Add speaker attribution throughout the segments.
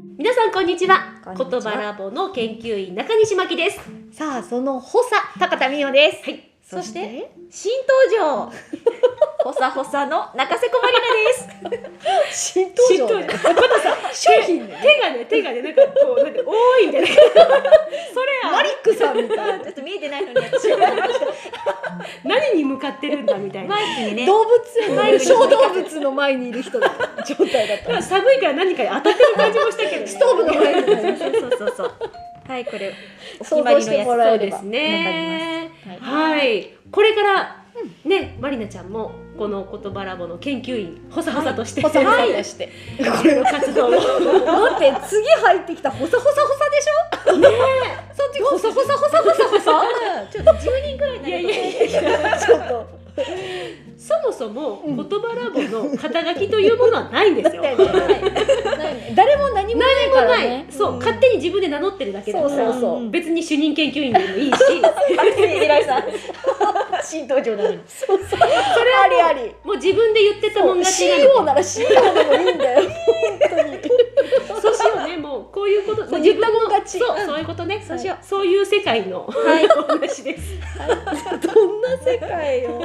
Speaker 1: んにちは。
Speaker 2: こんにちは
Speaker 1: 言葉ラボの研究員中西真希です。
Speaker 2: さあその補佐高田美代です。
Speaker 1: はい。
Speaker 3: そして新登場ほさほさの中瀬こまりなです
Speaker 2: 新
Speaker 1: 新
Speaker 2: 登
Speaker 1: 登
Speaker 2: 場
Speaker 1: 場。
Speaker 2: ね
Speaker 1: またさ、
Speaker 2: 商品ね。
Speaker 1: 手がね、手がね、なんかこう、なんか多いんだよね。 それ
Speaker 2: マ
Speaker 1: や、
Speaker 2: リックさんみたい
Speaker 3: あちょっと見えてないのに私
Speaker 1: 何に向かってるんだみたいな。
Speaker 3: マイクに
Speaker 2: な。
Speaker 3: ね
Speaker 2: 動物
Speaker 3: マ
Speaker 2: 園の
Speaker 3: イクに
Speaker 2: 小動物の前にいる人の状態だっ
Speaker 1: だから
Speaker 2: た。
Speaker 1: 寒いから何かに当たってる感じもしたけど、ね。
Speaker 2: ストーブの前にね
Speaker 3: そうそうそうそうはいこれお決
Speaker 2: 想
Speaker 3: ま
Speaker 2: 像
Speaker 3: り
Speaker 2: し
Speaker 3: の
Speaker 2: て
Speaker 3: やつ
Speaker 2: もら
Speaker 1: そう
Speaker 2: え
Speaker 1: で
Speaker 2: れ
Speaker 1: す
Speaker 2: ば。
Speaker 1: ね。
Speaker 3: はい
Speaker 1: はい、これから、ね、まりなちゃんも、この言葉ラボの研究員、ほさほさとして、
Speaker 2: 補佐補
Speaker 1: は
Speaker 2: 佐
Speaker 1: い
Speaker 2: として。
Speaker 1: これの活動を。
Speaker 2: だって次入ってきた補佐補佐補佐でしょ。ねえ。その次補佐補佐補佐補佐補佐。
Speaker 3: ちょっと10人くらいにない
Speaker 1: や
Speaker 3: る
Speaker 1: い
Speaker 3: と
Speaker 1: やいや、
Speaker 2: ちょっと。
Speaker 1: そもそも、
Speaker 2: う
Speaker 1: 言
Speaker 2: ん
Speaker 1: 葉ラボの肩書きというものはないんですよ。
Speaker 2: だってないない誰も何もないから
Speaker 1: ない
Speaker 2: ね。、
Speaker 1: そう、勝手に自分で名乗ってるだけだから。
Speaker 2: そうそうそう
Speaker 1: 別に主任研究員でもいいし、
Speaker 3: 勝手に偉 いさん新登場なのに
Speaker 2: そうそう。それありあり。
Speaker 1: もう自分で言ってたもん勝ちなの。
Speaker 2: CEO なら CEO でもいいんだよ。
Speaker 1: そうしようね、もう、こういうこと、
Speaker 2: そう言ったもん勝ち
Speaker 1: 自分のそうう、そういうことね、
Speaker 2: そうしよう
Speaker 1: そういう世界の、
Speaker 3: はい
Speaker 1: お話です。
Speaker 2: どんな世界よ。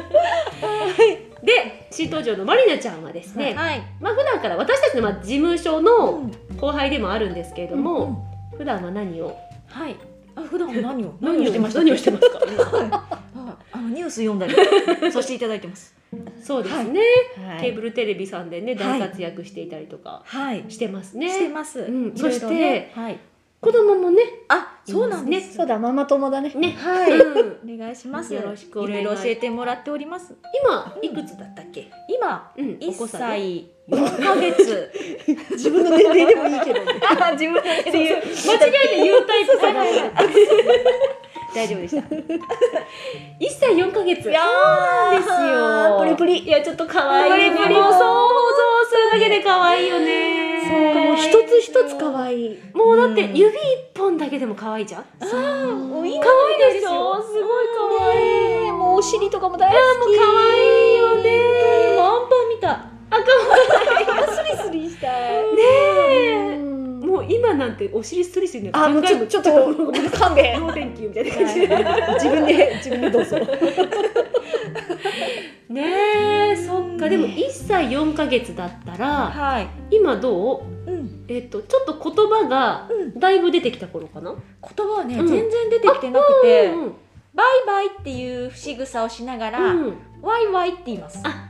Speaker 1: で新登場のまりなちゃんはですね、
Speaker 3: はい
Speaker 1: まあ普段から私たちのまあ事務所の
Speaker 2: うん
Speaker 1: 後輩でもあるんですけれども、普段は何を
Speaker 3: はいあ普段何を
Speaker 1: 何をしてます
Speaker 3: た
Speaker 1: 何をしてますか
Speaker 3: ああのニュース読んだり させていただいてます
Speaker 1: そうですね、
Speaker 3: は
Speaker 1: ケーブルテレビさんでね
Speaker 3: は
Speaker 1: 大
Speaker 3: い
Speaker 1: 活躍していたりとか
Speaker 3: はい
Speaker 1: してますね、
Speaker 3: してます
Speaker 1: うん
Speaker 3: いろいろねはい
Speaker 1: 子供もね
Speaker 3: あそうなんです
Speaker 2: そうだママ友だね。
Speaker 1: ね
Speaker 3: はい、
Speaker 1: う
Speaker 3: お願いします。
Speaker 1: よろしくお願い
Speaker 3: ろいろ教えてもらっております。
Speaker 1: 今いくつだったっけ、
Speaker 3: 今、
Speaker 1: うん
Speaker 3: 一
Speaker 1: お子さんね
Speaker 3: 歳四ヶ月。
Speaker 2: 自分の年齢でもいいけど。
Speaker 3: あ、自分のってい
Speaker 1: 間違え
Speaker 3: う
Speaker 1: て言うタイプじゃない
Speaker 3: 大丈夫でした。い
Speaker 1: 1歳4ヶ月です
Speaker 3: ー
Speaker 1: よ
Speaker 2: プリプリ
Speaker 1: いやちょっと可愛い
Speaker 2: プリプリ
Speaker 1: もう想像するだけで可愛いよね
Speaker 2: もう一つ一つ可愛い。
Speaker 1: もうだって指一本だけでも可愛いじゃん。可
Speaker 2: もういい
Speaker 1: 愛いでしょ。すごい可愛い。
Speaker 2: ねえもうお尻とかも大好
Speaker 1: もう可愛いよね。
Speaker 3: 今アンパン見た。
Speaker 1: あ可愛
Speaker 2: き。スリスリしたい。
Speaker 1: いねえ。
Speaker 2: もう
Speaker 1: もう今なんてお尻スリスリにな
Speaker 2: あもうちょちょっと勘弁。
Speaker 1: 脳天気みたいな感じで。
Speaker 2: 自分で自分でどうぞ。
Speaker 1: ねえ、そっか。でも一歳四ヶ月だったら
Speaker 3: はい。
Speaker 1: 今どう？
Speaker 3: うん。
Speaker 1: えっとちょっと言葉が
Speaker 3: うん
Speaker 1: だいぶ出てきた頃かな。
Speaker 3: 言葉はね、
Speaker 1: うん
Speaker 3: 全然出てきてなくて、
Speaker 1: うんうん
Speaker 3: バイバイっていう仕草をしながら、
Speaker 1: うん。
Speaker 3: ワイワイって言います。
Speaker 1: あ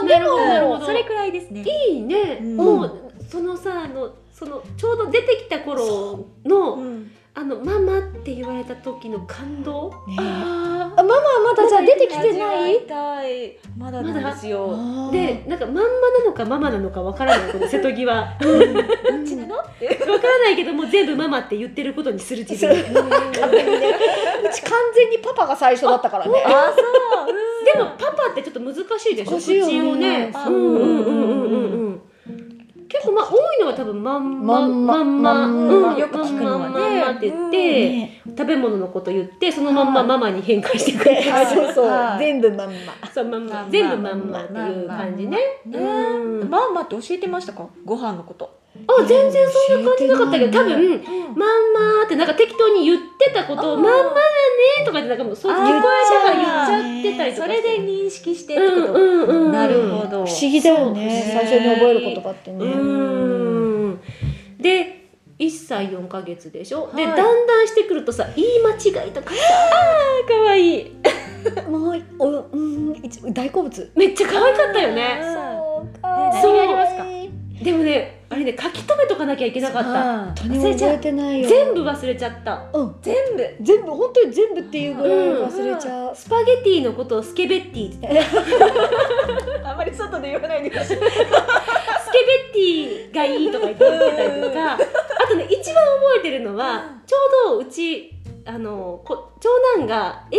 Speaker 2: あ
Speaker 1: なるほど
Speaker 3: うん
Speaker 1: なるほど
Speaker 3: それくらいですね。
Speaker 1: いいね。
Speaker 3: うん
Speaker 1: もうそのさあのそのちょうど出てきた頃の。
Speaker 3: ん。
Speaker 1: あのママって言われた時の感動
Speaker 3: あ
Speaker 2: ママはまだじゃあ出てきてな
Speaker 3: 味わ
Speaker 2: い。
Speaker 3: たい。まだなんですよ。
Speaker 2: で
Speaker 1: でなんかまんまなのかママなのかわからないこの瀬戸際 わ
Speaker 3: どっちなのって。
Speaker 1: からないけどもう全部ママって言ってることにする自分で
Speaker 2: 勝手にねうち完全にパパが最初だったからね。
Speaker 3: あ、そう。
Speaker 1: もパパってちょっと難しいでしょ
Speaker 2: 難しいよね
Speaker 1: 口をね
Speaker 3: あ
Speaker 1: うんうんうんうんうんうん結構まあ多いのは多分まんま
Speaker 2: まんま
Speaker 1: まんま
Speaker 2: まんま
Speaker 1: うん
Speaker 3: よく聞くの
Speaker 1: ま
Speaker 3: はね
Speaker 1: んままんまって言って食べ物のこと言ってそのまんまママに変換してくれ
Speaker 2: あ
Speaker 1: る
Speaker 2: そうそう
Speaker 3: はい
Speaker 2: 全部まんま。
Speaker 1: そうまんま全部まんまっていう感じね
Speaker 3: ね
Speaker 1: うん
Speaker 3: まんまって教えてましたかご飯のこと、
Speaker 1: あ全然そんな感じなかったけど多
Speaker 2: 教えてない
Speaker 1: 分まんまーってなんか適当に言ってたことを
Speaker 3: あ
Speaker 1: ま
Speaker 3: ー
Speaker 1: んまだねーとかってなんかもうそう
Speaker 3: あ
Speaker 1: 聞
Speaker 3: ー
Speaker 1: こえたら言っちゃってたりと
Speaker 3: そ
Speaker 1: か
Speaker 3: れ
Speaker 1: して
Speaker 3: で認識してっ
Speaker 1: う
Speaker 3: て
Speaker 1: ん
Speaker 3: こと、
Speaker 1: うんうん
Speaker 3: なるほ
Speaker 1: ど
Speaker 3: ど
Speaker 2: 不思議だよね
Speaker 3: そう
Speaker 2: 最初に覚える言葉って
Speaker 1: う
Speaker 2: ね。
Speaker 1: ーんで1歳4か月でしょ、で
Speaker 3: はい
Speaker 1: だんだんしてくるとさ言い間違いとかさ
Speaker 3: かわいい
Speaker 2: もうおうん一大好物。
Speaker 1: めっちゃ可愛かったよね
Speaker 2: そう
Speaker 3: ね
Speaker 1: 何があ
Speaker 2: り
Speaker 1: り
Speaker 2: ま
Speaker 3: ますす
Speaker 2: か
Speaker 3: か
Speaker 1: でもねあれね書き留めとかなきゃいけなかった
Speaker 3: あ
Speaker 2: 何も覚えてないよ。
Speaker 1: 全部忘れちゃった
Speaker 2: うん
Speaker 3: 全部
Speaker 2: 全部本当に全部っていうぐらい忘れちゃう。
Speaker 1: スパゲティのことをスケベッティって
Speaker 3: あまり外で言わないでください
Speaker 1: スケベッティがいいとか言ってたりとかあとね一番覚えてるのはちょうどうちあのこ長男が映画を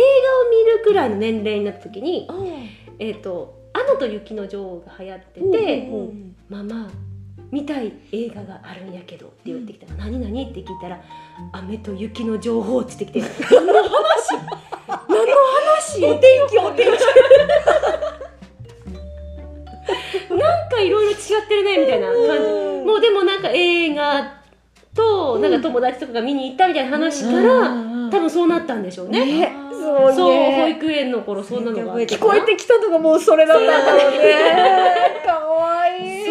Speaker 1: 見るくらいの年齢になった時に「えー、とアナと雪の女王」が流行ってて
Speaker 2: うん
Speaker 1: 「ママ見たい映画があるんやけど」って言ってきたら「何何?」って聞いたら「雨と雪の情報」って言ってきて「何の話何の話
Speaker 2: お天気お天気。
Speaker 1: なんかいろいろ違ってるね」みたいな感じ。もうでもなんか映画となんか友達とかが見に行ったみたいな話から、多分そうなったんでしょうね。
Speaker 2: ね
Speaker 3: あー
Speaker 2: そうね
Speaker 1: そう保育園の頃そんなのがあって
Speaker 2: 聞こえてきたのがもうそれだったんだろうねかわいい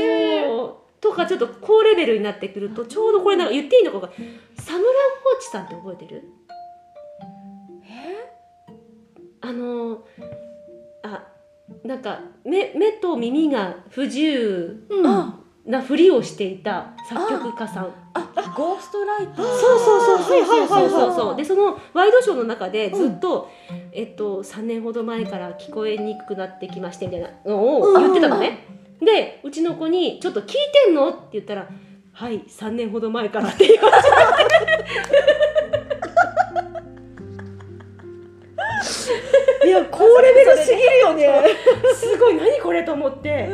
Speaker 1: そうとかちょっと高レベルになってくるとちょうどこれなんか言っていいのかがサムラゴーチさんって覚えてるあのーあなんか目目と耳が不自由
Speaker 2: うん
Speaker 3: あ
Speaker 1: なふりをしていた作曲家さん
Speaker 3: あゴーストライター
Speaker 2: あ
Speaker 1: そうそうそう
Speaker 2: は
Speaker 1: そ
Speaker 2: いう
Speaker 1: そう
Speaker 2: はいはいは
Speaker 1: そう
Speaker 2: い
Speaker 1: そうそうでそのワイドショーの中でずっと、えっと3年ほど前から聞こえにくくなってきましてみたいなのを言ってたのね、でうちの子に「ちょっと聞いてんの?」って言ったら「はい3年ほど前から」って言われ
Speaker 2: いや高レベルすぎるよね
Speaker 1: てすごい何これと思って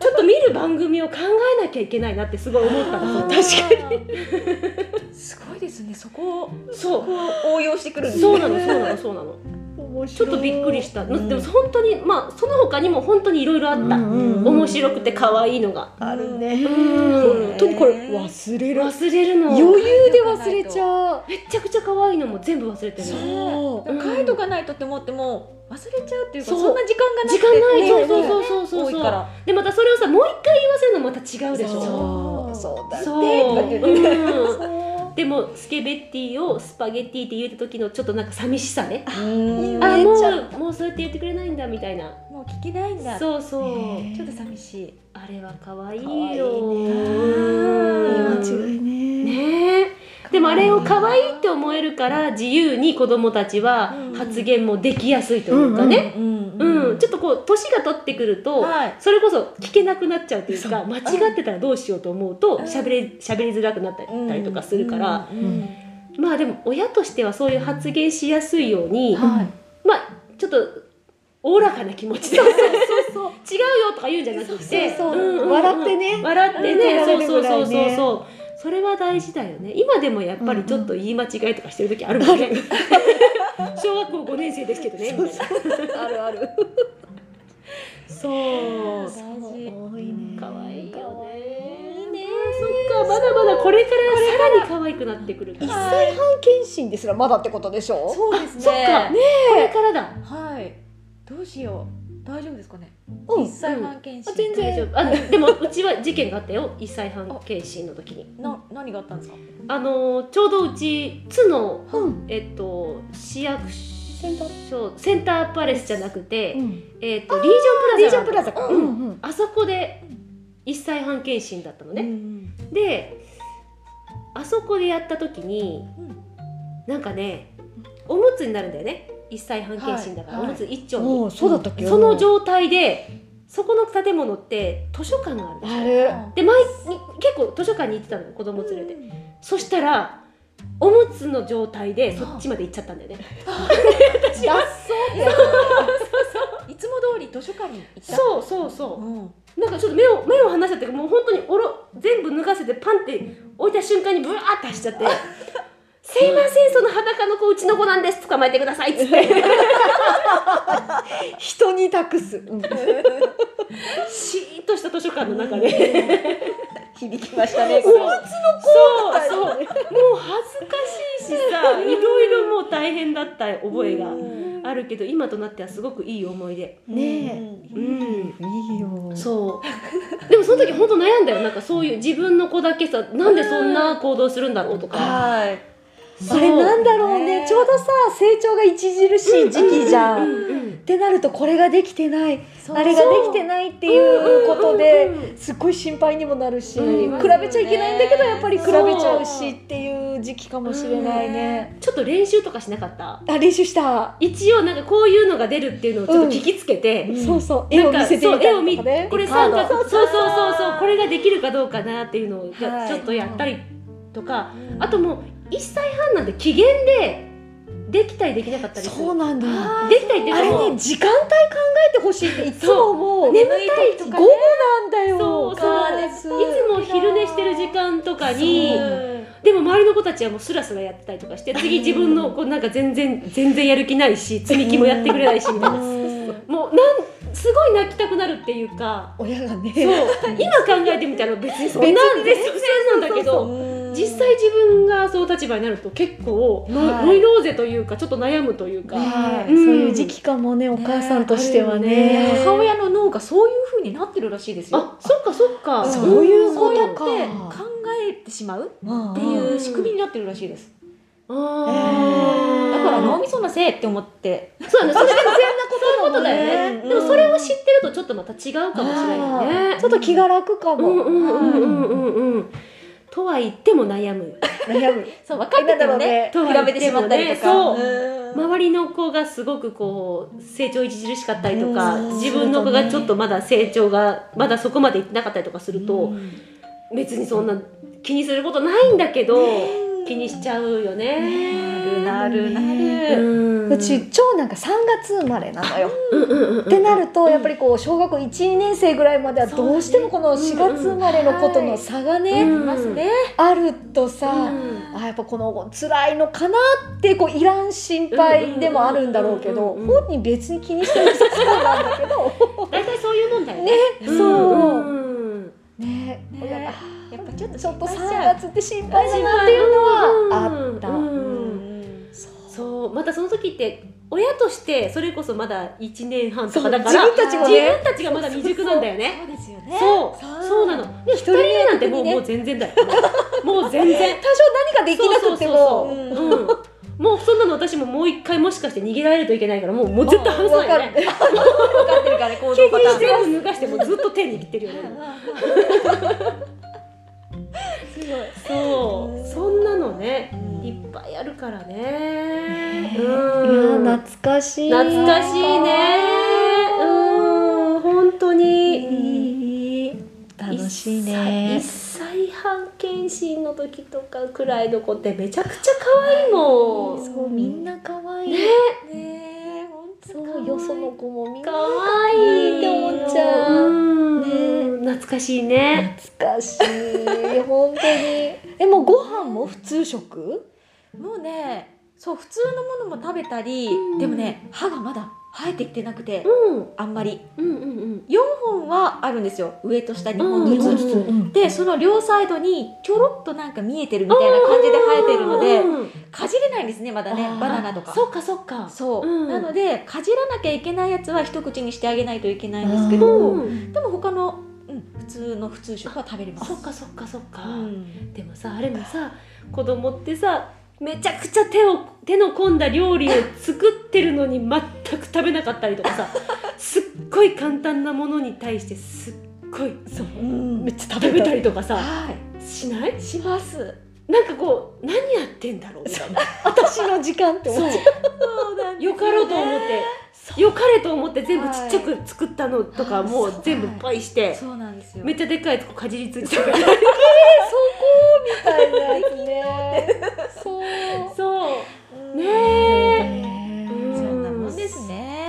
Speaker 1: ちょっと見る番組を考えなきゃいけないなってすごい思ったの
Speaker 2: ー
Speaker 3: 確かにすごいですねそこを
Speaker 1: そう
Speaker 3: こう応用してくるんです
Speaker 1: そ
Speaker 3: ね
Speaker 1: うなのそうなのそうなの
Speaker 2: 面白
Speaker 1: ち
Speaker 2: い
Speaker 1: ょっとびっくりした、
Speaker 3: うん
Speaker 1: でも本当にまあその他にも本当にいろいろあった、
Speaker 2: うん
Speaker 1: 面白くて可愛いのが
Speaker 2: あるね
Speaker 1: うん
Speaker 2: 本当にこれ忘れる
Speaker 1: 忘れるの
Speaker 2: 余裕で忘れちゃう
Speaker 1: めちゃくちゃ可愛いのも全部忘れてる
Speaker 3: そう
Speaker 2: そ
Speaker 1: うん
Speaker 3: 書いとかないとって思っても忘れちゃうっていうか
Speaker 1: そ
Speaker 3: そうそんな時間がなく
Speaker 1: 時
Speaker 3: て
Speaker 1: 間ない
Speaker 3: ね
Speaker 1: そうそうそうそうそう
Speaker 3: 多いから
Speaker 1: でまたそれをさもう一回言わせるのもまた違うでし
Speaker 3: そう
Speaker 1: ょ
Speaker 2: うそうだ
Speaker 1: そう
Speaker 2: ねとか言って
Speaker 1: うん
Speaker 2: そ
Speaker 1: でもスケベッティをスパゲッティって言えた時のちょっとなんか寂しさね
Speaker 2: う
Speaker 1: あ
Speaker 2: 言えちゃ
Speaker 1: もうもうそうやって言ってくれないんだみたいな
Speaker 3: もう聞けないんだち
Speaker 1: そ
Speaker 3: ょ
Speaker 1: うそう
Speaker 2: ね
Speaker 3: っと寂しい
Speaker 1: あれは可愛
Speaker 2: 可愛
Speaker 1: い
Speaker 2: いね
Speaker 1: よ
Speaker 3: うん
Speaker 2: 間違いね
Speaker 1: ねえでもあれを可愛いって思えるから自由に子供たちは発言もできやすいというかね
Speaker 3: うん
Speaker 1: うん、ちょ
Speaker 3: っ
Speaker 1: っとこう年が取ってくると、
Speaker 3: はい
Speaker 1: それこそ聞けなくなっちゃうというか間違ってたらどうしようと思うと
Speaker 3: うん
Speaker 1: 喋れ喋りづらくなったりとかするから、
Speaker 3: うんうん
Speaker 1: まあでも親としてはそういう発言しやすいように、
Speaker 3: はい
Speaker 1: まあちょっとおおらかな気持ちで違うよ
Speaker 2: そ うそう
Speaker 1: とか言うんじゃなく
Speaker 2: そう
Speaker 1: て
Speaker 2: そう、
Speaker 1: んんん
Speaker 2: 笑ってね
Speaker 1: 笑って
Speaker 2: う
Speaker 1: ね
Speaker 2: ん
Speaker 1: そうそうそう
Speaker 2: 笑えるぐら
Speaker 1: そう
Speaker 2: いね
Speaker 1: そうそれは大事だよね今でもやっぱりちょっと言い間違いとかしてる時あるもんね、 小学校5年生ですけどねみたいな
Speaker 2: あるある
Speaker 1: そう
Speaker 3: 大事
Speaker 2: 多いね
Speaker 1: 可愛いよね。
Speaker 3: いいね
Speaker 1: そっか、まだまだこれからさらに可愛くなってくるか
Speaker 2: 一
Speaker 1: ら。
Speaker 2: 歳半検診ですらまだってことでしょ
Speaker 3: そうですね
Speaker 1: そっか、ねこれからだ。
Speaker 3: はいどうしよう大丈夫ですかね
Speaker 2: うん
Speaker 3: 一歳半検
Speaker 2: あ全
Speaker 3: 診
Speaker 2: 然
Speaker 1: 大丈夫。あ、でもうちは事件があったよ。一歳半検診の時に。
Speaker 3: な何があったんですか
Speaker 1: あのーちょうどうち津の
Speaker 2: うん
Speaker 1: えっと市役所
Speaker 2: センタ
Speaker 1: センターパレスじゃなくて、
Speaker 2: うん
Speaker 1: えっとリージョンプラザ。
Speaker 2: リージョンプラザか
Speaker 1: うん
Speaker 2: うん
Speaker 1: あそこで一歳半検診だったのね。
Speaker 2: うん
Speaker 1: であそこでやった時に、
Speaker 3: うん
Speaker 1: なんかねおむつになるんだよね1歳半検診だから、
Speaker 3: はいはい
Speaker 1: おむつ1丁
Speaker 2: お
Speaker 1: に
Speaker 2: ーそうだったっけ
Speaker 1: その状態でそこの建物って図書館があるでしょ
Speaker 2: ある
Speaker 1: で毎に結構図書館に行ってたのよ子供連れて、そしたらおむつの状態でそっちまで行っちゃったんだよね
Speaker 2: 脱走
Speaker 3: いやいつも通り図書館に行った
Speaker 1: そうそうそう
Speaker 3: うん
Speaker 1: なんかちょっと目を目を離しちゃってもう本当におろ全部脱がせてパンって置いた瞬間にブワーって走っち ゃって「すいませんその裸の子うちの子なんです捕まえてください」っつって
Speaker 2: 人に託すうん
Speaker 1: シーンとした図書館の中で
Speaker 3: 響きましたね
Speaker 1: そ
Speaker 3: こ
Speaker 1: う
Speaker 3: れ
Speaker 1: そうそうもう恥ずかしいしさいろいろもう大変だった覚えが
Speaker 3: うん
Speaker 1: あるけど今となってはすごくいい思い出
Speaker 2: ねえ
Speaker 3: うん
Speaker 1: うん
Speaker 2: いいよ
Speaker 1: そうでもその時本当悩んだよなんかそういう自分の子だけさなんでそんな行動するんだろうとか
Speaker 3: はい
Speaker 2: あれなんだろう
Speaker 3: ね
Speaker 2: ねちょうどさ成長が著しい時期じゃ
Speaker 1: うん
Speaker 2: っ
Speaker 1: んうん
Speaker 2: てなるとこれができてない
Speaker 3: そう
Speaker 2: あれができてないっていうこと
Speaker 1: うんうんうんう
Speaker 2: で
Speaker 1: ん
Speaker 2: すっごい心配にもなるし、
Speaker 1: うん
Speaker 2: 比べちゃいけないんだけどやっぱり比べちゃう
Speaker 3: そう
Speaker 2: しっていう時期かもしれないね。
Speaker 1: ちょっと練習とかしなかった
Speaker 2: あ練習した、
Speaker 1: 一応なんかこういうのが出るっていうのをちょっと聞きつけて、
Speaker 3: うん
Speaker 2: そうそう絵
Speaker 1: な
Speaker 2: を
Speaker 1: ん
Speaker 2: 見
Speaker 1: か
Speaker 2: せて
Speaker 1: そう
Speaker 2: み
Speaker 1: 絵
Speaker 2: た
Speaker 1: を
Speaker 2: り
Speaker 1: 見
Speaker 2: とかね
Speaker 1: これ三角
Speaker 3: カ
Speaker 1: そ
Speaker 3: ー
Speaker 1: う
Speaker 3: ド
Speaker 1: そうそうそうこれができるかどうかなっていうのをち
Speaker 3: はい
Speaker 1: ょっとやったりとか、
Speaker 3: うん
Speaker 1: あともう1歳半なんて期限でできたりできなかったりする
Speaker 2: そうなんだ
Speaker 1: できたりっていう
Speaker 2: あ
Speaker 1: かも
Speaker 2: れ
Speaker 1: う
Speaker 2: ね時間帯考えてほしいっていつも思う
Speaker 1: 眠
Speaker 3: たいと
Speaker 2: 午後なんだよ
Speaker 1: そうそう
Speaker 2: そうです
Speaker 1: いつも昼寝してる時間とかに
Speaker 3: うん
Speaker 1: でも周りの子たちはもうスラスラやってたりとか して次自分のこうなんか全然全然やる気ないし積み木もやってくれないしみたいな
Speaker 2: うん
Speaker 1: もうなんすごい泣きたくなるっていうか
Speaker 2: 親がね
Speaker 1: そう今考えてみたら別にそんなんでそうそうなんだけど
Speaker 2: そう
Speaker 1: 実際自分がその立場になると結構ノイ,、
Speaker 2: はい
Speaker 1: ノイローゼというかちょっと悩むというか、
Speaker 2: は
Speaker 1: う
Speaker 2: い
Speaker 1: ん
Speaker 2: そういう時期かもねお母さんとしては
Speaker 1: ね
Speaker 2: ね
Speaker 3: 母親の脳がそういう風になってるらしいですよ
Speaker 1: あそっかそっか、
Speaker 2: うん
Speaker 1: そういうこ
Speaker 3: そうや
Speaker 1: と
Speaker 3: って
Speaker 1: か
Speaker 3: 考えてしまう
Speaker 2: っ
Speaker 3: っていう仕組みになってるらしいです
Speaker 1: あー
Speaker 3: だから脳みそのせいって思って
Speaker 1: そうだねそれは
Speaker 2: そういうこと
Speaker 1: だよ
Speaker 3: ね
Speaker 1: でもそれを知ってるとちょっとまた違うかもしれないよね
Speaker 2: ちょっと気が楽か
Speaker 1: うん
Speaker 2: も
Speaker 1: うんうんうんうんうんとは言っても悩む
Speaker 2: 悩 む
Speaker 3: そう分かっててもね
Speaker 1: とは
Speaker 3: 比べてしまったりとか
Speaker 1: そう
Speaker 3: うん
Speaker 1: 周りの子がすごくこう成長著しかったりとか、
Speaker 2: うん
Speaker 1: 自分の子がちょっとまだ成長がまだそこまでいってなかったりとかすると、別にそんな気にすることないんだけど、気にしちゃうよね。
Speaker 3: なるなるなる
Speaker 1: うん
Speaker 2: うち長男が3月生まれなのよ
Speaker 1: うんうんうんうん
Speaker 2: ってなるとやっぱりこう小学校12年生ぐらいまではどうしてもこの4月生まれのことの差がね、
Speaker 1: うん
Speaker 3: いますね
Speaker 2: あるとさ、
Speaker 1: うん
Speaker 2: あやっぱこの辛いのかなってこういらん心配でもあるんだろうけど
Speaker 1: うんうんうんうん
Speaker 2: 本人別に気にしてなさそうなんだけど
Speaker 1: 大体そういうもんだよね。
Speaker 2: ねそう、
Speaker 1: うん
Speaker 2: ね
Speaker 3: ね
Speaker 2: 親が
Speaker 3: やっぱちょっと
Speaker 2: ちょっと
Speaker 3: 心
Speaker 2: 3
Speaker 3: 配しちゃう
Speaker 2: 月って心配だなっていうのはあった。
Speaker 1: うん
Speaker 3: うん
Speaker 1: そうまたその時って親としてそれこそまだ1年半と
Speaker 2: そう
Speaker 1: かだ
Speaker 2: 自
Speaker 1: から
Speaker 2: 分たちもね
Speaker 1: 自分たちがまだ未熟なんだよね。
Speaker 3: そうですよね
Speaker 1: そう
Speaker 2: そう
Speaker 1: そうなので
Speaker 2: 一
Speaker 1: 一
Speaker 2: 人
Speaker 1: 人
Speaker 2: 目
Speaker 1: 目なんて
Speaker 2: は
Speaker 1: もう,、
Speaker 2: 特にね
Speaker 1: もう全然だよもう全然
Speaker 2: 多少何かできなくて
Speaker 1: そう
Speaker 2: も
Speaker 1: そうそうそううん、もうそんなの私ももう一回もしかして逃げられるといけないからもうもう絶対離さ
Speaker 2: 分か
Speaker 1: ないよね
Speaker 2: る
Speaker 3: 分かってるからね行動
Speaker 1: 経
Speaker 3: パ
Speaker 1: 験し
Speaker 3: ターン
Speaker 1: 全部脱がしてもうずっと手握ってるよね
Speaker 2: すごい
Speaker 1: そうそんなのね
Speaker 3: うん
Speaker 1: いっぱいあるから ねうん
Speaker 2: いや懐かしい
Speaker 1: 懐かしいねうん本当に
Speaker 2: 楽しいね
Speaker 1: 1歳半検診の時とかくらいの子ってめちゃくちゃ可愛いもん
Speaker 2: そうみんな可愛い、
Speaker 3: ねえ本当
Speaker 2: そうよその子もみんな
Speaker 1: 可愛い
Speaker 2: って思っちゃう
Speaker 1: うん懐かしいね
Speaker 2: 懐かしい本当にえもうご飯も普通食
Speaker 3: もうねそう普通のものも食べたり、
Speaker 1: うん
Speaker 3: でもね歯がまだ生えてきてなくて、
Speaker 1: うんうん
Speaker 3: あんまり
Speaker 1: うんうん
Speaker 3: 4本はあるんですよ上と下2
Speaker 1: うん
Speaker 3: 本ずつ、
Speaker 1: 本ずつうん
Speaker 3: でその両サイドにちょろっとなんか見えてるみたいな感じで生えてるので
Speaker 1: うん
Speaker 3: かじれないんですねまだね
Speaker 2: あー
Speaker 3: バナナとか
Speaker 1: そっかそっか
Speaker 3: そう、
Speaker 1: うん
Speaker 3: なのでかじらなきゃいけないやつは一口にしてあげないといけないんですけど、
Speaker 1: うん
Speaker 3: でも他の、うん、普通の普通食は食べれます
Speaker 1: そっかそっかそっか
Speaker 3: うん
Speaker 1: でもさあれもさ子供ってさめちゃくちゃ手を手の込んだ料理を作ってるのに全く食べなかったりとかさすっごい簡単なものに対してすっごい
Speaker 2: そう
Speaker 3: うん
Speaker 2: めっちゃ食
Speaker 1: 食
Speaker 2: べ
Speaker 1: べ
Speaker 2: た
Speaker 1: た
Speaker 2: り
Speaker 1: りとかさ
Speaker 3: は
Speaker 1: しない
Speaker 3: いします
Speaker 1: なんかこう何やってんだろうみたいな
Speaker 2: 私の時間って思っちゃ
Speaker 3: そうなん
Speaker 1: よかろうと思ってよかれと思って全部ちっちゃく作ったのとか
Speaker 3: はい
Speaker 1: も
Speaker 3: は
Speaker 1: う
Speaker 3: い
Speaker 1: 全部パイして
Speaker 3: そうなんですよ
Speaker 1: めっちゃでかいとこかじりついてた
Speaker 2: みたいなやつねそう
Speaker 1: そうね
Speaker 2: ね
Speaker 1: うん
Speaker 3: そんなもんですね。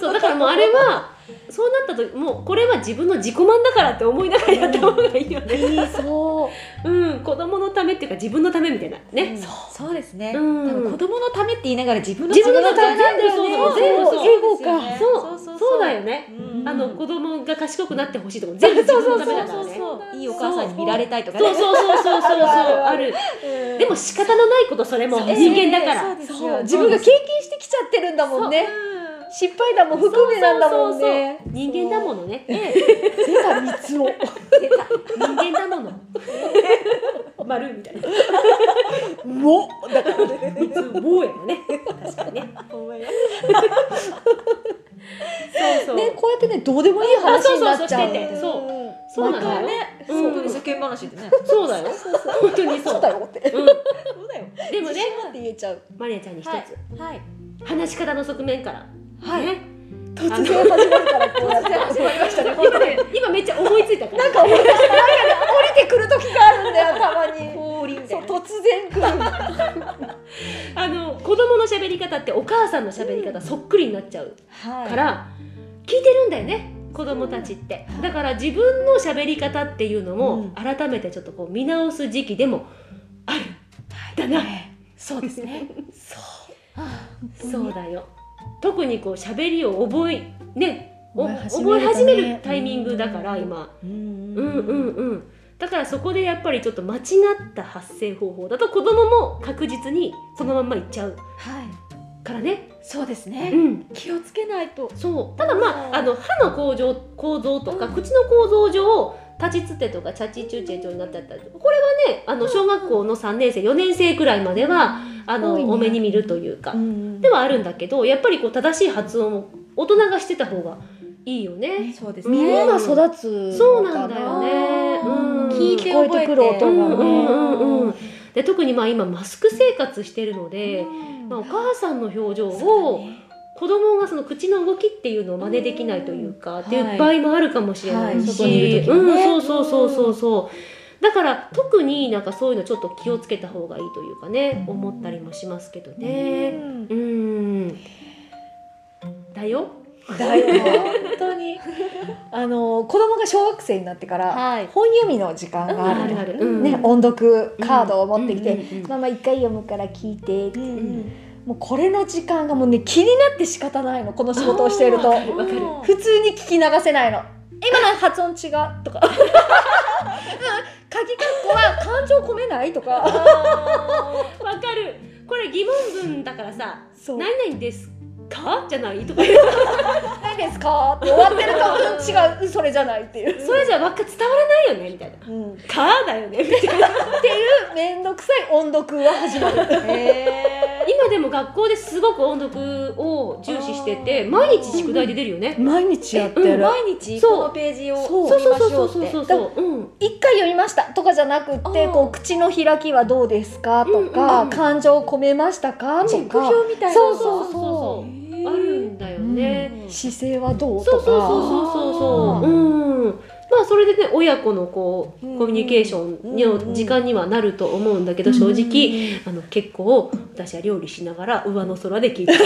Speaker 1: そうだからもうあれはそうなった時もうこれは自分の自己満だからって思いながらやった方がいいよね。
Speaker 2: いいそう
Speaker 1: うん、子供のためっていうか自分のためみたいな
Speaker 3: う
Speaker 1: ね
Speaker 3: ん。そうですね。多
Speaker 1: うん
Speaker 3: 分子供のためって言いながら自分の
Speaker 1: 自分のため
Speaker 3: なんだ
Speaker 1: そう
Speaker 3: よ
Speaker 1: そう
Speaker 3: ね。
Speaker 1: 全部そう
Speaker 3: ですよね
Speaker 1: そう
Speaker 3: そ
Speaker 1: そうう
Speaker 3: そう
Speaker 1: だよね。
Speaker 3: うん
Speaker 1: あの子供が賢くなってほしいとか全部自分のためだから
Speaker 3: そう
Speaker 1: ね。
Speaker 3: そう
Speaker 2: そう
Speaker 3: いいお母さんに見られたいとか
Speaker 1: そうそうそうそうそうそうある。
Speaker 2: で
Speaker 1: でも仕方のないことそれも
Speaker 3: そう
Speaker 1: 人間だから。
Speaker 3: そうですよ
Speaker 2: 自分が経験してきちゃってるんだもんね失敗談も含めなんだもんね
Speaker 1: そうそうそう人間だものね。
Speaker 2: 出た三つを
Speaker 1: 人間だもの。 丸みたいな。
Speaker 2: もだから
Speaker 1: 三つ棒やもね。確かにね。そうそう。
Speaker 2: ねこうやってねどうでもいい話になっちゃ
Speaker 1: あそ
Speaker 2: う
Speaker 1: うそうそうしててそうんそうなのよ
Speaker 2: 毎回ね
Speaker 3: ね、
Speaker 1: うん
Speaker 3: 本当に世間話でね。
Speaker 1: そうだよ。本当にそ
Speaker 2: そう
Speaker 1: う。
Speaker 2: だよって
Speaker 1: うん。
Speaker 3: そうだよ。
Speaker 1: でもね、
Speaker 2: 自信持って言えちゃう
Speaker 1: マリアちゃんに一つ、
Speaker 3: はいはい
Speaker 1: 話し方の側面から。
Speaker 3: はい
Speaker 1: ね、
Speaker 2: 突然始まるからこうやって
Speaker 3: 始まりましたね。
Speaker 1: 今ね今めっちゃ思いついたから。
Speaker 2: なんか思い出したなんかね降りてくる時があるんだよたまに
Speaker 3: 降臨みた
Speaker 2: そ
Speaker 3: いうな。
Speaker 2: 突然来る
Speaker 1: あの子供の喋り方ってお母さんの喋り方そっくりになっちゃう
Speaker 2: は
Speaker 1: から、聞いてるんだよね。子供たちってだから自分の喋り方っていうの
Speaker 3: う
Speaker 1: も
Speaker 3: ん
Speaker 1: 改めてちょっとこう見直す時期でもあるだな、
Speaker 3: そうです ね。そう。
Speaker 1: そうだよ特にこう喋りを覚えねお
Speaker 2: 覚
Speaker 1: 覚
Speaker 2: え始めるとね
Speaker 1: え始めるタイミングだから今
Speaker 3: うん
Speaker 1: うんうんうんだからそこでやっぱりちょっと間違った発声方法だと子供も確実にそのまんまいっちゃう
Speaker 2: はい
Speaker 1: からね。
Speaker 2: そうです
Speaker 1: う
Speaker 2: ね
Speaker 1: ん、
Speaker 2: 気をつけないと
Speaker 1: そうただま
Speaker 2: う
Speaker 1: あ
Speaker 2: ん
Speaker 1: あの歯の構造構造とか、
Speaker 2: うん
Speaker 1: 口の構造上立ちつてとかチャチチューチェチョになっちゃったりとかこれはねあの小学校の3年生4年生くらいまでは、あの
Speaker 2: 多いね
Speaker 1: 多めに見るというか、
Speaker 2: ん
Speaker 1: ではあるんだけどやっぱりこう正しい発音を大人がしてた方がいいよね。
Speaker 2: そうです
Speaker 1: ね
Speaker 2: ね
Speaker 1: 耳
Speaker 2: が
Speaker 1: が
Speaker 2: 育
Speaker 1: 育
Speaker 2: つ
Speaker 1: そうなんだよね。
Speaker 2: う
Speaker 1: うんん、
Speaker 2: 聞いて覚えて
Speaker 3: 聞こえてくる音
Speaker 1: うん
Speaker 3: が
Speaker 1: う
Speaker 3: ね
Speaker 1: んうんうん、で特にまあ今マスク生活してるので、まあ、お母さんの表情を、子供がその口の動きっていうのを真似できないというか、
Speaker 2: うん
Speaker 1: っていう場合もあるかもしれない
Speaker 2: はい
Speaker 1: し、
Speaker 2: 外にいる時はね
Speaker 1: うん、そうそうそうそうそう。だから特になんかそういうのちょっと気をつけた方がいいというかね、
Speaker 2: うん
Speaker 1: 思ったりもしますけど
Speaker 2: う
Speaker 1: ね。
Speaker 2: ん
Speaker 1: うん。だよ。
Speaker 2: だよ本当に あの子供が小学生になってから、
Speaker 3: はい
Speaker 2: 本読みの時間がある,、
Speaker 1: うんあるあるうん
Speaker 2: ね、音読カードを持ってきて「
Speaker 1: うんうんうん
Speaker 2: ママ一回読むから聞いて」って、
Speaker 1: ん
Speaker 2: もうこれの時間がもうね気になって仕方ないのこの仕事をしていると
Speaker 1: あーわかるわ
Speaker 2: 普通に聞き流せないの今の発音違うとかうん鍵括弧は感情込めないとか
Speaker 1: わかる。これ疑問文だからさ、
Speaker 2: そう何
Speaker 1: 何々ですかじゃないとか言う。
Speaker 2: ですかって終わってるとうん違ううんそれじゃないっていう、
Speaker 1: それじゃわか伝わらないよねみたいな。
Speaker 2: うん、っ
Speaker 1: かだよねみたいな。
Speaker 2: ていう面倒くさい音読は始まる
Speaker 1: 今でも学校ですごく音読を重視してて
Speaker 2: あー
Speaker 1: 毎日宿題で出るよね。
Speaker 2: 毎日やってる、
Speaker 1: うん
Speaker 3: 毎日
Speaker 1: そう
Speaker 3: このページを
Speaker 2: そ
Speaker 1: そう
Speaker 2: う
Speaker 3: 見
Speaker 1: そう
Speaker 3: まし
Speaker 1: そ
Speaker 3: ょ
Speaker 1: う
Speaker 3: う
Speaker 1: そう
Speaker 3: って
Speaker 1: そうそう。うん。
Speaker 2: 一回読みましたとかじゃなくって
Speaker 3: あー
Speaker 2: こう口の開きはどうですかと
Speaker 1: うんう
Speaker 2: か、
Speaker 1: んうん
Speaker 2: 感情を込めましたかと
Speaker 3: チ
Speaker 2: か
Speaker 3: ェック表みたいな
Speaker 2: そう
Speaker 3: のが
Speaker 2: そう
Speaker 1: そ
Speaker 2: そう
Speaker 1: あるんだよね。
Speaker 2: うん姿勢はどうと
Speaker 1: そう
Speaker 2: か
Speaker 1: そうそうそうそうそう。うん。まあそれでね親子のこう
Speaker 3: うん
Speaker 1: コミュニケーションの時間にはなると思うんだけど正直。あの結構私は料理しながら上の空で 聞いてる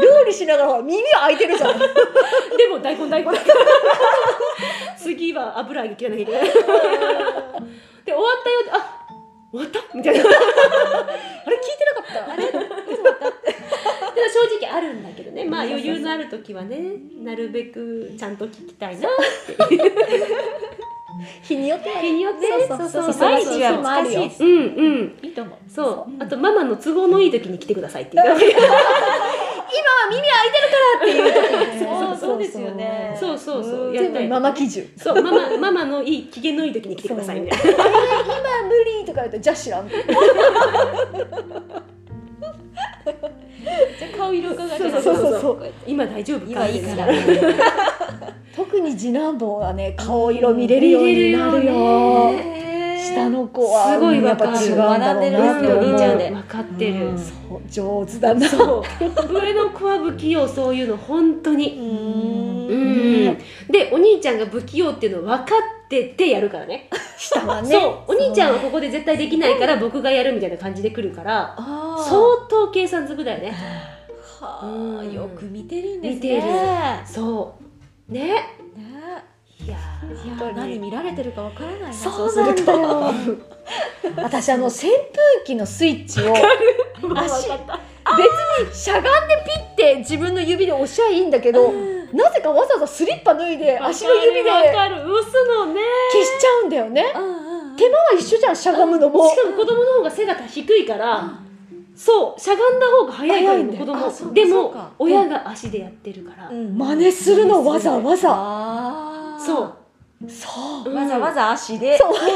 Speaker 2: 料理しながらほら耳は開いてるじゃん
Speaker 1: でも大根 大根次は油揚げ切らなきゃいけないで終わったよってあ終わったみたいな
Speaker 2: あれ聞いてなかったあれ
Speaker 1: ただ正直あるんだけどねまあ余裕のある時はねなるべくちゃんと聞きたいな
Speaker 2: 日によっては
Speaker 1: 日によってね
Speaker 2: そうそう
Speaker 1: そう
Speaker 2: そう
Speaker 1: そう
Speaker 2: 毎日は難しいです
Speaker 1: うんうん
Speaker 3: いいと思う
Speaker 1: そううあとママの都合のいい時に来てくださいって言って
Speaker 3: そうそうですよね
Speaker 1: そうそうそううんやっ
Speaker 2: 全
Speaker 1: た
Speaker 2: 部
Speaker 1: り
Speaker 2: ママ基準
Speaker 1: そうママママのいい機嫌のいい時に来てくださいみたいな
Speaker 2: 今無理とか言うとじゃあ知らん
Speaker 3: じゃあ顔色伺って
Speaker 2: そうそうそうそう
Speaker 1: 今大丈夫か
Speaker 3: 今いいから
Speaker 1: みたいな
Speaker 2: 特に次男坊はね顔色見れるようになるよ下の子は
Speaker 1: すごいわかる
Speaker 2: やっぱ違うんだろうなって
Speaker 3: 学んでるん
Speaker 2: 思
Speaker 3: で
Speaker 2: う
Speaker 3: すよね
Speaker 1: 分かってる
Speaker 2: そう上手だな
Speaker 1: そう上の子は不器用そういうの本当にう
Speaker 2: うん
Speaker 1: んでお兄ちゃんが不器用っていうの分かっててやるからね
Speaker 2: 下はね
Speaker 1: そうお兄ちゃんはここで絶対できないから僕がやるみたいな感じで来るから
Speaker 2: あー
Speaker 1: 相当計算づくだよね
Speaker 3: はあ
Speaker 1: うん
Speaker 3: よく見てるんですね
Speaker 1: 見てる
Speaker 3: ね
Speaker 1: そうねいや
Speaker 3: い
Speaker 1: ー
Speaker 3: や何見られてるかわからないな
Speaker 2: そう
Speaker 3: す
Speaker 2: な
Speaker 3: る
Speaker 2: ん
Speaker 3: と
Speaker 2: だよ私あの扇風機のスイッチを足別にしゃがんでピッて自分の指で押しゃいいんだけど、なぜかわざわざスリッパ脱いで足の指で
Speaker 1: わ
Speaker 2: 消し
Speaker 1: かるわかる押すのね
Speaker 2: ちゃうんだよね
Speaker 3: うんうんうん
Speaker 2: 手間は一緒じゃんしゃがむのも
Speaker 1: しかも子供の方が背が低いからそうしゃがんだ方が早いから
Speaker 2: 早いんだよ
Speaker 1: 子
Speaker 3: あそ
Speaker 1: 供
Speaker 3: うか
Speaker 1: で
Speaker 3: そう
Speaker 1: も
Speaker 3: か
Speaker 1: 親が足でやってるから
Speaker 3: うん
Speaker 2: 真似するのわざわざ
Speaker 3: あー
Speaker 1: そう
Speaker 2: そう
Speaker 1: うん
Speaker 3: わざわざ足で
Speaker 2: そうわざ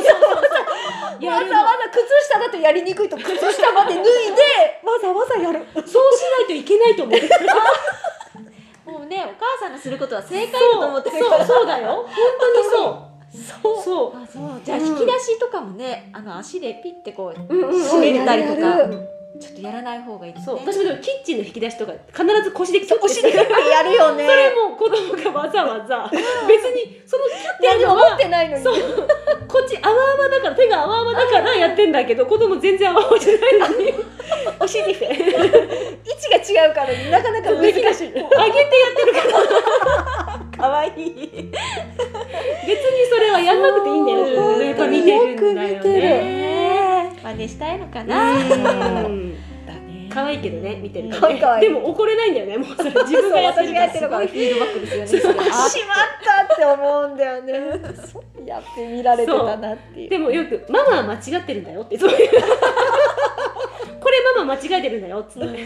Speaker 1: や
Speaker 2: わ
Speaker 1: るの
Speaker 2: ざ靴下だとやりにくいと靴下まで脱いでわざわざやる
Speaker 1: そうしないといけないと思ってる
Speaker 3: もうねお母さんがすることは正解だと思
Speaker 1: そ
Speaker 3: っ
Speaker 1: う
Speaker 3: てる
Speaker 1: そうそうだよ本当にそうそう
Speaker 3: あ そうじゃあ引き出しとかもねあの足でピッてこう
Speaker 1: うんうん
Speaker 3: 閉めたりと
Speaker 2: やるや
Speaker 3: か
Speaker 2: る
Speaker 3: ちょっとやらない方がいいです
Speaker 1: そう
Speaker 3: ね
Speaker 1: 私もでもキッチンの引き出しとか必ず腰でキュッ
Speaker 2: そう
Speaker 1: て
Speaker 2: お尻でやるよね
Speaker 1: それも子供がわざわざ別にそのキュッてやる
Speaker 2: でも
Speaker 1: の
Speaker 2: 持っ
Speaker 1: は
Speaker 2: てないのに
Speaker 1: そうこっちあわあわだから手があわあわだからやってんだけど子供全然あわあわじゃないのに
Speaker 2: お尻 で位置が違うからなかなか難
Speaker 1: こう上げ
Speaker 2: しい
Speaker 1: てやってるから
Speaker 3: 可愛い
Speaker 1: 別にそれはやんなくていいんだよっていうのがやっぱ見てるんだよ
Speaker 2: よく見てる
Speaker 1: ね
Speaker 3: ね真似したいのかな
Speaker 1: うん
Speaker 3: だね
Speaker 1: 可愛いけどね見てる
Speaker 2: 可
Speaker 1: と
Speaker 2: 愛い
Speaker 1: ね
Speaker 2: 可愛い
Speaker 1: でも怒れないんだよねもうそれ自分がやってる
Speaker 2: そう私がやって
Speaker 3: す
Speaker 2: る
Speaker 3: ごいフィードバックですよね
Speaker 2: しまったって思うんだよね。やって見られてたなっていう
Speaker 1: でもよく「ママは間違ってるんだよ」っていつも言うこれママ間違えてるんだよっつって、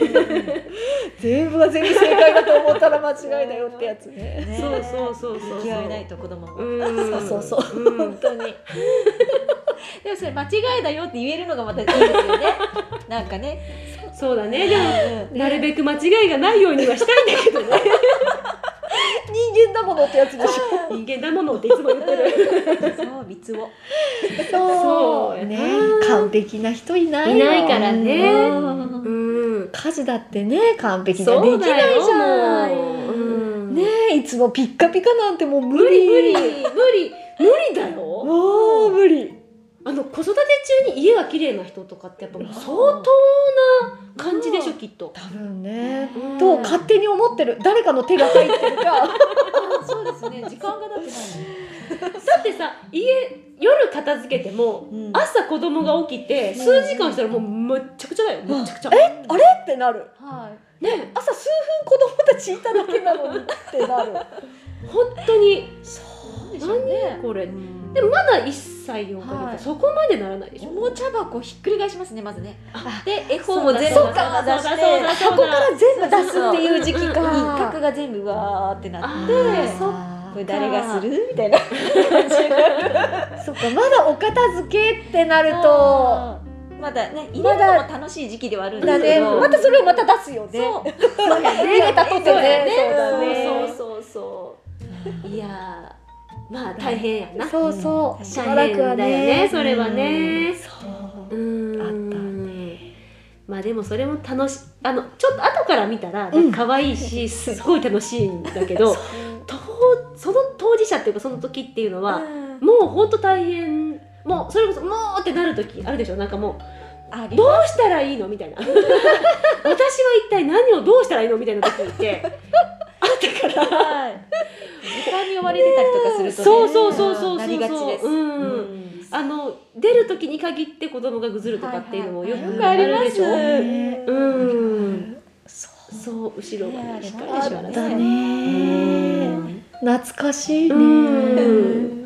Speaker 2: 全部が全部正解だと思ったら間違いだよってやつね
Speaker 3: ね
Speaker 1: そうそうそうそう
Speaker 3: 向き合えないと子供も、
Speaker 1: うん
Speaker 2: そうそう
Speaker 1: そ
Speaker 3: 本当にでもそれ間違いだよって言えるのがまたいいですよ ねなんかね、
Speaker 1: そうだねでも
Speaker 3: うん
Speaker 1: なるべく間違いがないようにはしたいんだけどね
Speaker 2: 人間だものってやつでし ょ
Speaker 1: 人間だものっていつも言ってる
Speaker 3: そう三つを
Speaker 1: そうやな
Speaker 2: ね完璧な人いない
Speaker 1: い
Speaker 2: よ
Speaker 1: ないからね
Speaker 2: うん
Speaker 1: うん
Speaker 2: 家事だってね完璧じゃできないじゃん
Speaker 1: うん
Speaker 2: ねえいつもピッカピカなんてもう無
Speaker 1: 無理
Speaker 2: 理
Speaker 1: 無理無理無理だよ
Speaker 2: もう無理
Speaker 1: あの子育て中に家が綺麗な人とかってやっぱもう相当な感じでしょきっと。
Speaker 2: 多分ね
Speaker 1: うん
Speaker 2: と勝手に思ってる誰かの手が入ってるか
Speaker 3: あそうですね時間がだってない
Speaker 1: だってさ家夜片付けても
Speaker 3: のに、あ
Speaker 1: 朝子供が起きて数時間したらもうむっちゃくちゃだよむっちゃくちゃ。
Speaker 2: えあれってなる
Speaker 3: はい
Speaker 1: ね
Speaker 2: 朝数分子供たちいただけなのにってなる
Speaker 1: 本当に
Speaker 2: そう
Speaker 3: でしょうね
Speaker 1: 何これ
Speaker 3: うん
Speaker 1: でもまだ1歳4ヶ月、
Speaker 3: はい
Speaker 1: そこまでならないでし
Speaker 3: お
Speaker 1: ょ
Speaker 3: もちゃ箱ひっくり返しますねまずね
Speaker 2: あ
Speaker 3: で絵本も全部
Speaker 2: そう
Speaker 3: 出
Speaker 2: か
Speaker 3: して
Speaker 2: 箱から全部出すっていう時期
Speaker 1: そう
Speaker 2: か
Speaker 3: 一角が全部わーってな
Speaker 1: あ
Speaker 3: って
Speaker 1: ー
Speaker 2: そっ
Speaker 3: これ誰がす
Speaker 2: る
Speaker 3: るみたいな
Speaker 2: そっかまだお片付けってなると
Speaker 3: まだね入れるのも楽しい時期ではあるんで
Speaker 2: だ
Speaker 3: す
Speaker 2: ね
Speaker 3: けど、
Speaker 2: またそれをまた出すよね
Speaker 3: そう
Speaker 2: 入れたとってね
Speaker 1: そうだ
Speaker 3: ね
Speaker 1: そうそうそうそういやーまあ大変やな
Speaker 2: そうそうしば
Speaker 1: 大
Speaker 2: らくは
Speaker 1: 変だよ
Speaker 2: ね
Speaker 1: ねそれはね
Speaker 2: そう
Speaker 1: う
Speaker 2: あった
Speaker 1: ーんまあでもそれも楽しあのちょっと後から見たら
Speaker 2: うん
Speaker 1: 可愛いし、すっごい楽しいんだけ どとその当事者っていうかその時っていうのは、もうほんと大変もうそれこそもうってなる時あるでしょなんかも
Speaker 3: あ
Speaker 1: う
Speaker 3: り
Speaker 1: どうしたらいいのみたいな 私は一体何をどうしたらいいのみたいな時って
Speaker 3: はい時間に追われてたりとかするとね
Speaker 1: そうそうそうそうそうそう
Speaker 3: なりがちです
Speaker 1: うん
Speaker 3: うん
Speaker 1: あの出る時に限って子供がぐずるとかっていうのもよ
Speaker 2: はい
Speaker 1: く
Speaker 2: は
Speaker 1: あ
Speaker 2: い
Speaker 1: るでしょ、
Speaker 3: よくあります
Speaker 2: ね
Speaker 1: うん
Speaker 2: そう
Speaker 1: そう後ろがね
Speaker 3: ね
Speaker 1: しっか
Speaker 3: あ
Speaker 1: り
Speaker 3: れ
Speaker 1: し
Speaker 3: な
Speaker 1: ば
Speaker 3: ん
Speaker 1: らく
Speaker 3: でしょう
Speaker 2: だ
Speaker 3: ね
Speaker 2: ね懐かしいね
Speaker 1: うん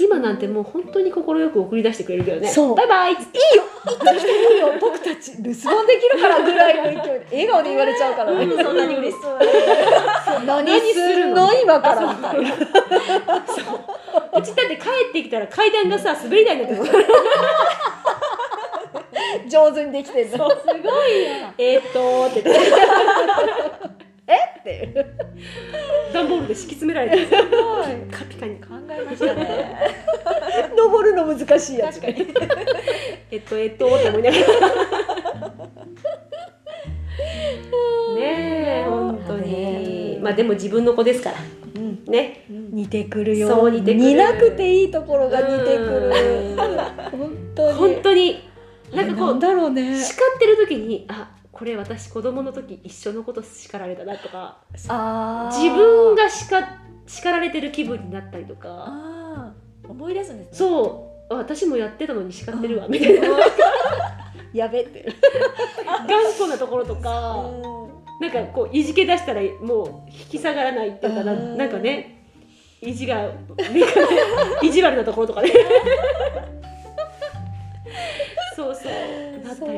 Speaker 1: 今なんてもう本当に快く送り出してくれるけどね
Speaker 2: そう
Speaker 1: バイバイっつって
Speaker 2: いいよ僕たち留守番できるからぐらいの勢いで笑顔で言われちゃうからね
Speaker 3: そんなに嬉しそう
Speaker 2: 何するの今からみたいな
Speaker 1: うちだって帰ってきたら階段がさ滑り台になってる
Speaker 2: 上手にできてるの
Speaker 3: すごいよ
Speaker 1: えーっとーって言って
Speaker 2: っていう
Speaker 1: 段ボールで敷き詰められて
Speaker 3: すごい
Speaker 1: ピカピカに
Speaker 3: 考えましたね
Speaker 2: 登るの難しいやつ
Speaker 3: 確かに
Speaker 1: えっとえっとーって思いながらねえ本当にまあでも自分の子ですから
Speaker 2: うん
Speaker 1: ね
Speaker 2: 似てくるよ
Speaker 1: そう似てくる
Speaker 2: 似なくていいところが似てくる
Speaker 1: る
Speaker 2: 本当に
Speaker 1: 本当になんかこ
Speaker 2: なん
Speaker 1: う
Speaker 2: だろうね
Speaker 1: 叱ってる時にあこれ私子供の時一緒のこと叱られたなとか
Speaker 3: あー
Speaker 1: 自分が叱叱られてる気分になったりとか
Speaker 3: あー思い出すんですね
Speaker 1: そうあ私もやってたのに叱ってるわみたいな頑
Speaker 2: やべって
Speaker 1: 固なところとかなんかこういじけ出したらもう引き下がらないっていうかな
Speaker 2: うん
Speaker 1: なんかね意地がなんかね意地悪なところとかねそうそうなったりする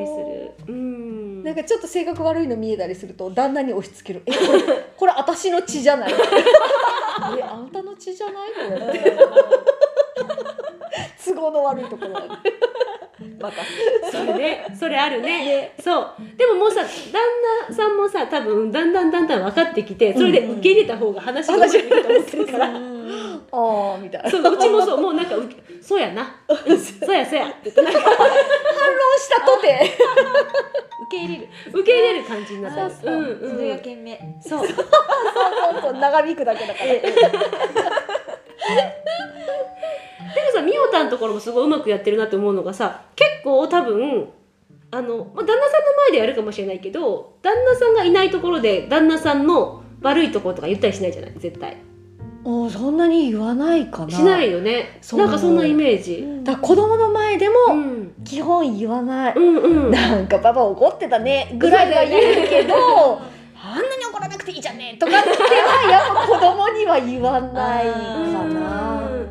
Speaker 1: うん
Speaker 2: なんかちょっと性格悪いの見えたりすると旦那に押し付ける「えこれこれ私の血じ ゃない」えあんたの血じゃない?」これ都合の悪いところだね
Speaker 3: バカ
Speaker 1: それねそれあるねそうでももうさ旦那さんもさ多分だんだんだんだん分かってきてそれで受け入れた方が話がうまくいくと思ってるから
Speaker 2: ああみたいな
Speaker 1: そううちもそうもうなんかうそうやなそうやそうやって言ってなんか
Speaker 2: 反論したとて
Speaker 3: 受け入れる
Speaker 1: 受け入れる感じになった
Speaker 3: そうそう、
Speaker 1: ん
Speaker 3: そうれ
Speaker 1: ん
Speaker 3: が懸命
Speaker 1: そう
Speaker 2: そうそうそう長引くだけだから
Speaker 1: でもさみおたんところもすごいうまくやってるなって思うのがさ結構多分あの、まあ、旦那さんの前でやるかもしれないけど旦那さんがいないところで旦那さんの悪いところとか言ったりしないじゃない絶対
Speaker 2: おそんなに言わないかな
Speaker 1: しないよね
Speaker 2: そう
Speaker 1: なんかそんなイメージ、
Speaker 2: だから子供の前でも
Speaker 1: うん
Speaker 2: 基本言わない、
Speaker 1: うんうん
Speaker 2: なんかパパ怒ってたねぐらいは言うけどあんなに怒らなくていいじゃんねとかってはやっぱ子供には言わないか
Speaker 1: あ
Speaker 2: な
Speaker 1: ー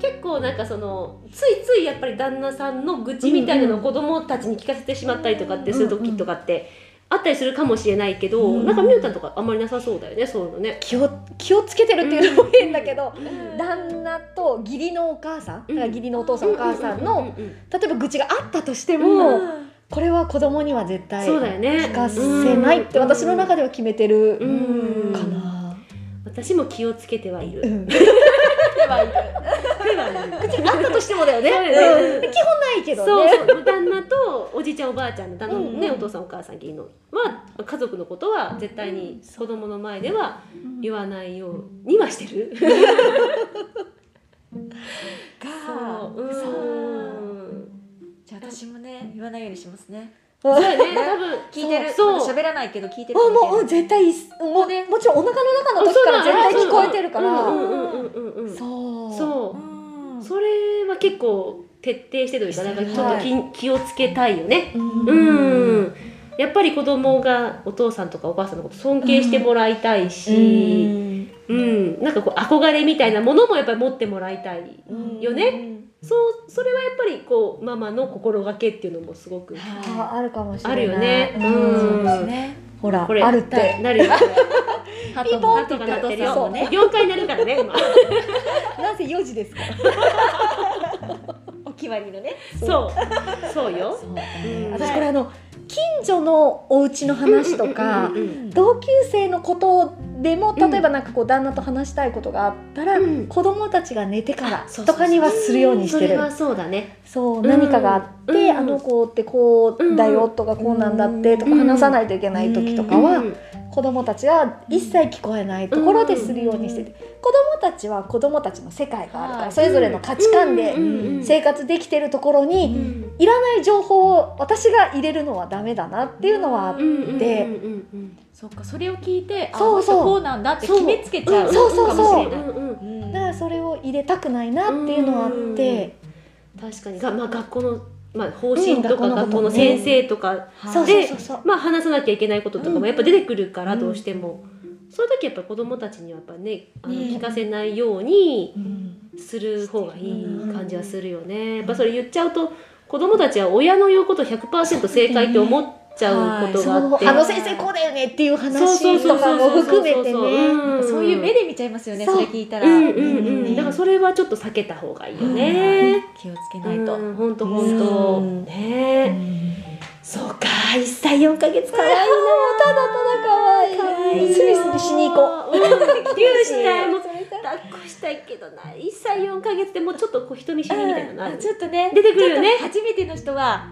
Speaker 1: 結構なんかそのついついやっぱり旦那さんの愚痴みたいなのを子供たちに聞かせてしまったりとかってする時とかってあったりするかもしれないけど、
Speaker 2: うん
Speaker 1: なんかみゆたんとかあんまりなさそうだよねそういうのね。
Speaker 2: 気を気をつけてるっていうのも変だけど、
Speaker 1: うん
Speaker 2: 旦那と義理のお母さん、
Speaker 1: うん
Speaker 2: だから義理のお父さんお母さんの、
Speaker 1: うんうんうん
Speaker 2: 例えば愚痴があったとしても、
Speaker 1: うん
Speaker 2: これは子供には絶対
Speaker 1: そうだよね
Speaker 2: 聞かせないって私の中では決めてる
Speaker 1: うんうん
Speaker 2: かな。
Speaker 1: 私も気をつけてはいる。
Speaker 2: うん
Speaker 1: 手はない
Speaker 2: あったとしてもだよね。
Speaker 1: そうだよね
Speaker 2: うん基本ないけど
Speaker 1: そう
Speaker 2: ね。
Speaker 1: そう旦那とおじいちゃんおばあちゃんの旦那のね、
Speaker 2: うんう
Speaker 1: お
Speaker 2: ん
Speaker 1: 父さんお母さん義理のは家族のことは絶対に子供の前では言わないようにはしてる。
Speaker 3: が
Speaker 1: う
Speaker 3: そ
Speaker 1: ん
Speaker 3: じゃあ私もね言わないようにしますね
Speaker 1: そうやね多分
Speaker 3: 聞いてる
Speaker 1: そうそう
Speaker 3: 喋らないけど聞いてるかもし
Speaker 2: あ
Speaker 3: れ
Speaker 2: もう
Speaker 3: な
Speaker 2: う
Speaker 3: い
Speaker 2: ん絶対いっすもうねもちろんお腹の中の時から絶対聞こえてるから。
Speaker 1: うんうんうんうんうんうん
Speaker 2: そう。
Speaker 1: そううんそれは結構徹底してというかなんかちょっと気,、気をつけたいよね
Speaker 2: う。
Speaker 1: うんん、やっぱり子供がお父さんとかお母さんのこと尊敬してもらいたいし、うんなんかこう憧れみたいなものもやっぱり持ってもらいたい
Speaker 2: うん
Speaker 1: よね。そうそれはやっぱりこうママの心がけっていうのもすごく
Speaker 2: ああるかもしれな
Speaker 1: あ
Speaker 2: い。
Speaker 1: るよね
Speaker 2: うん
Speaker 1: うん
Speaker 3: そうね
Speaker 2: ほら
Speaker 1: これ
Speaker 2: あるって。
Speaker 1: なるよね
Speaker 3: ハ
Speaker 2: ピ
Speaker 3: ト
Speaker 2: ンポン
Speaker 3: も
Speaker 1: ハトが鳴ってる
Speaker 2: ハト
Speaker 1: よ
Speaker 2: が
Speaker 1: ね業界になるからね今
Speaker 2: なんせ4時ですから。
Speaker 3: お決まりのね
Speaker 1: そうそうよ
Speaker 2: そうだね
Speaker 1: うん
Speaker 2: 私これあの近所のお家の話と
Speaker 1: う
Speaker 2: か、
Speaker 1: んうんうん
Speaker 2: 同級生のことでも
Speaker 1: うん
Speaker 2: 例えばなんかこう旦那と話したいことがあったら、
Speaker 1: うん
Speaker 2: 子供たちが寝てから
Speaker 1: そうそうそう
Speaker 2: とかにはするようにして
Speaker 1: それ
Speaker 2: る
Speaker 1: はそうだね
Speaker 2: そう
Speaker 1: うん
Speaker 2: 何かがあって、
Speaker 1: うん
Speaker 2: あの子ってこうだよとかこうなんだってとか
Speaker 1: うん
Speaker 2: 話さないといけない時とかは、
Speaker 1: うん
Speaker 2: 子供たちは一切聞こえないところでするようにしてて、子供たちは子供たちの世界があるから、
Speaker 3: はい
Speaker 2: それぞれの価値観で
Speaker 1: うんうん
Speaker 2: 生活できてるところに、いらない情報を私が入れるのはダメだなっていうのはあって、
Speaker 1: で
Speaker 3: そっかそれを聞いてあ
Speaker 2: そうそう
Speaker 3: あの人こうなんだって決めつけちゃう
Speaker 2: そうそうそう
Speaker 3: かもしれない
Speaker 1: 確
Speaker 3: うん
Speaker 2: だからそれを入れたくないなっていうのはあって、
Speaker 1: かにがまあ学校のまあ方針とか
Speaker 2: うん
Speaker 1: 学校の
Speaker 2: 学校のね
Speaker 1: 先生とか
Speaker 3: うん
Speaker 2: そうそうそうそう
Speaker 1: まあ話さなきゃいけないこととか
Speaker 3: うん
Speaker 1: もやっぱ出てくるから
Speaker 2: うん
Speaker 1: どうしてもそういう時やっぱり子供たちにはやっぱねあの
Speaker 2: ね
Speaker 1: 聞かせないように
Speaker 2: うん
Speaker 1: する方がいい感じはするよね。やっぱそれ言っちゃうと子供たちは親の言うこと100%正解って思っちゃうことがあっ
Speaker 2: そ
Speaker 1: て。
Speaker 2: うあの先生こうだよねっていう話とかも含めてね。
Speaker 1: ん
Speaker 3: そういう目で見ちゃいますよね
Speaker 2: そう
Speaker 3: それ聞いたら
Speaker 1: うんうんうん、だから
Speaker 3: れ
Speaker 1: それはちょっと避けた方がいいよね。
Speaker 3: 気をつけ
Speaker 1: う
Speaker 3: ない
Speaker 1: ん、
Speaker 3: と
Speaker 1: ほんとほんと。
Speaker 2: うん
Speaker 1: ねえ、そうか、1歳4ヶ月かわいい
Speaker 2: ただただ可愛い
Speaker 1: な。
Speaker 2: スリスリしに行こう。
Speaker 1: う。うん、リュウしたいもう
Speaker 2: それだ
Speaker 1: 抱っこしたいけどな、1歳4ヶ月でもうちょっとこう人見知りみたいなのあ
Speaker 3: うん
Speaker 1: る
Speaker 3: あ。ちょっとね
Speaker 1: 出てくるよね
Speaker 3: ちょっと初めての人は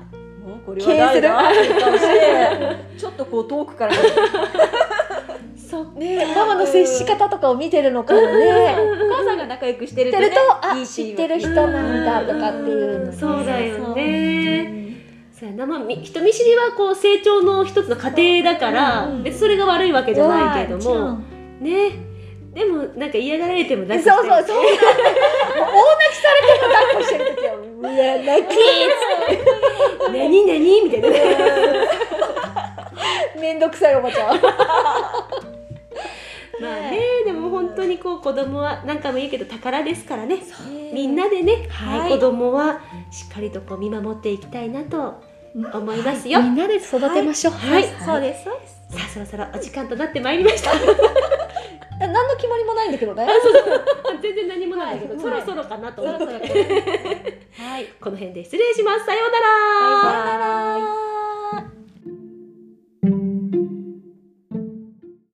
Speaker 3: もうこれはないなっていう顔してちょっとこう遠くから
Speaker 1: そう
Speaker 2: ねママの接し方とかを見てるのかもね。
Speaker 3: お母さんが仲良くしてる
Speaker 2: 見
Speaker 3: と
Speaker 2: てる
Speaker 3: ね
Speaker 2: とあ
Speaker 3: いい
Speaker 2: 知
Speaker 3: い
Speaker 2: ってる人なんだとかっていうのね。
Speaker 1: そうだよね。
Speaker 3: ね
Speaker 1: そうやなまあ、み人見知りはこう成長の一つの過程だから、
Speaker 2: うん
Speaker 1: 別にそれが悪いわけじゃないけど
Speaker 2: うわ
Speaker 1: も
Speaker 2: も
Speaker 1: ねでもなんか嫌がられても
Speaker 2: そう
Speaker 1: 楽
Speaker 2: そうそうなん
Speaker 1: う
Speaker 2: だよ。もう 大泣きされてる抱っこしてる時は、いや、泣
Speaker 1: そう何何みたいなね
Speaker 2: き、 めんどくさいおばちゃん。
Speaker 1: まあねでも本当にこう子供は何回も言うけど宝ですからねみん
Speaker 3: な
Speaker 1: なでね、
Speaker 2: はい
Speaker 1: 子供はしっかりとこう見守っていきたいなと思いますよ、
Speaker 2: みんなで育てましょう。
Speaker 1: はい
Speaker 3: そうですそうです
Speaker 1: さあそろそろお時間となってまいりました
Speaker 2: 何の決まりもないんだけどね。
Speaker 1: 全然何もないんだけど、
Speaker 2: はい
Speaker 1: そろそろかなと
Speaker 3: そ
Speaker 1: 思
Speaker 3: ろ
Speaker 1: っ
Speaker 3: そ
Speaker 1: て
Speaker 3: ろはい
Speaker 1: この辺で失礼しますさようなら
Speaker 3: バイバイ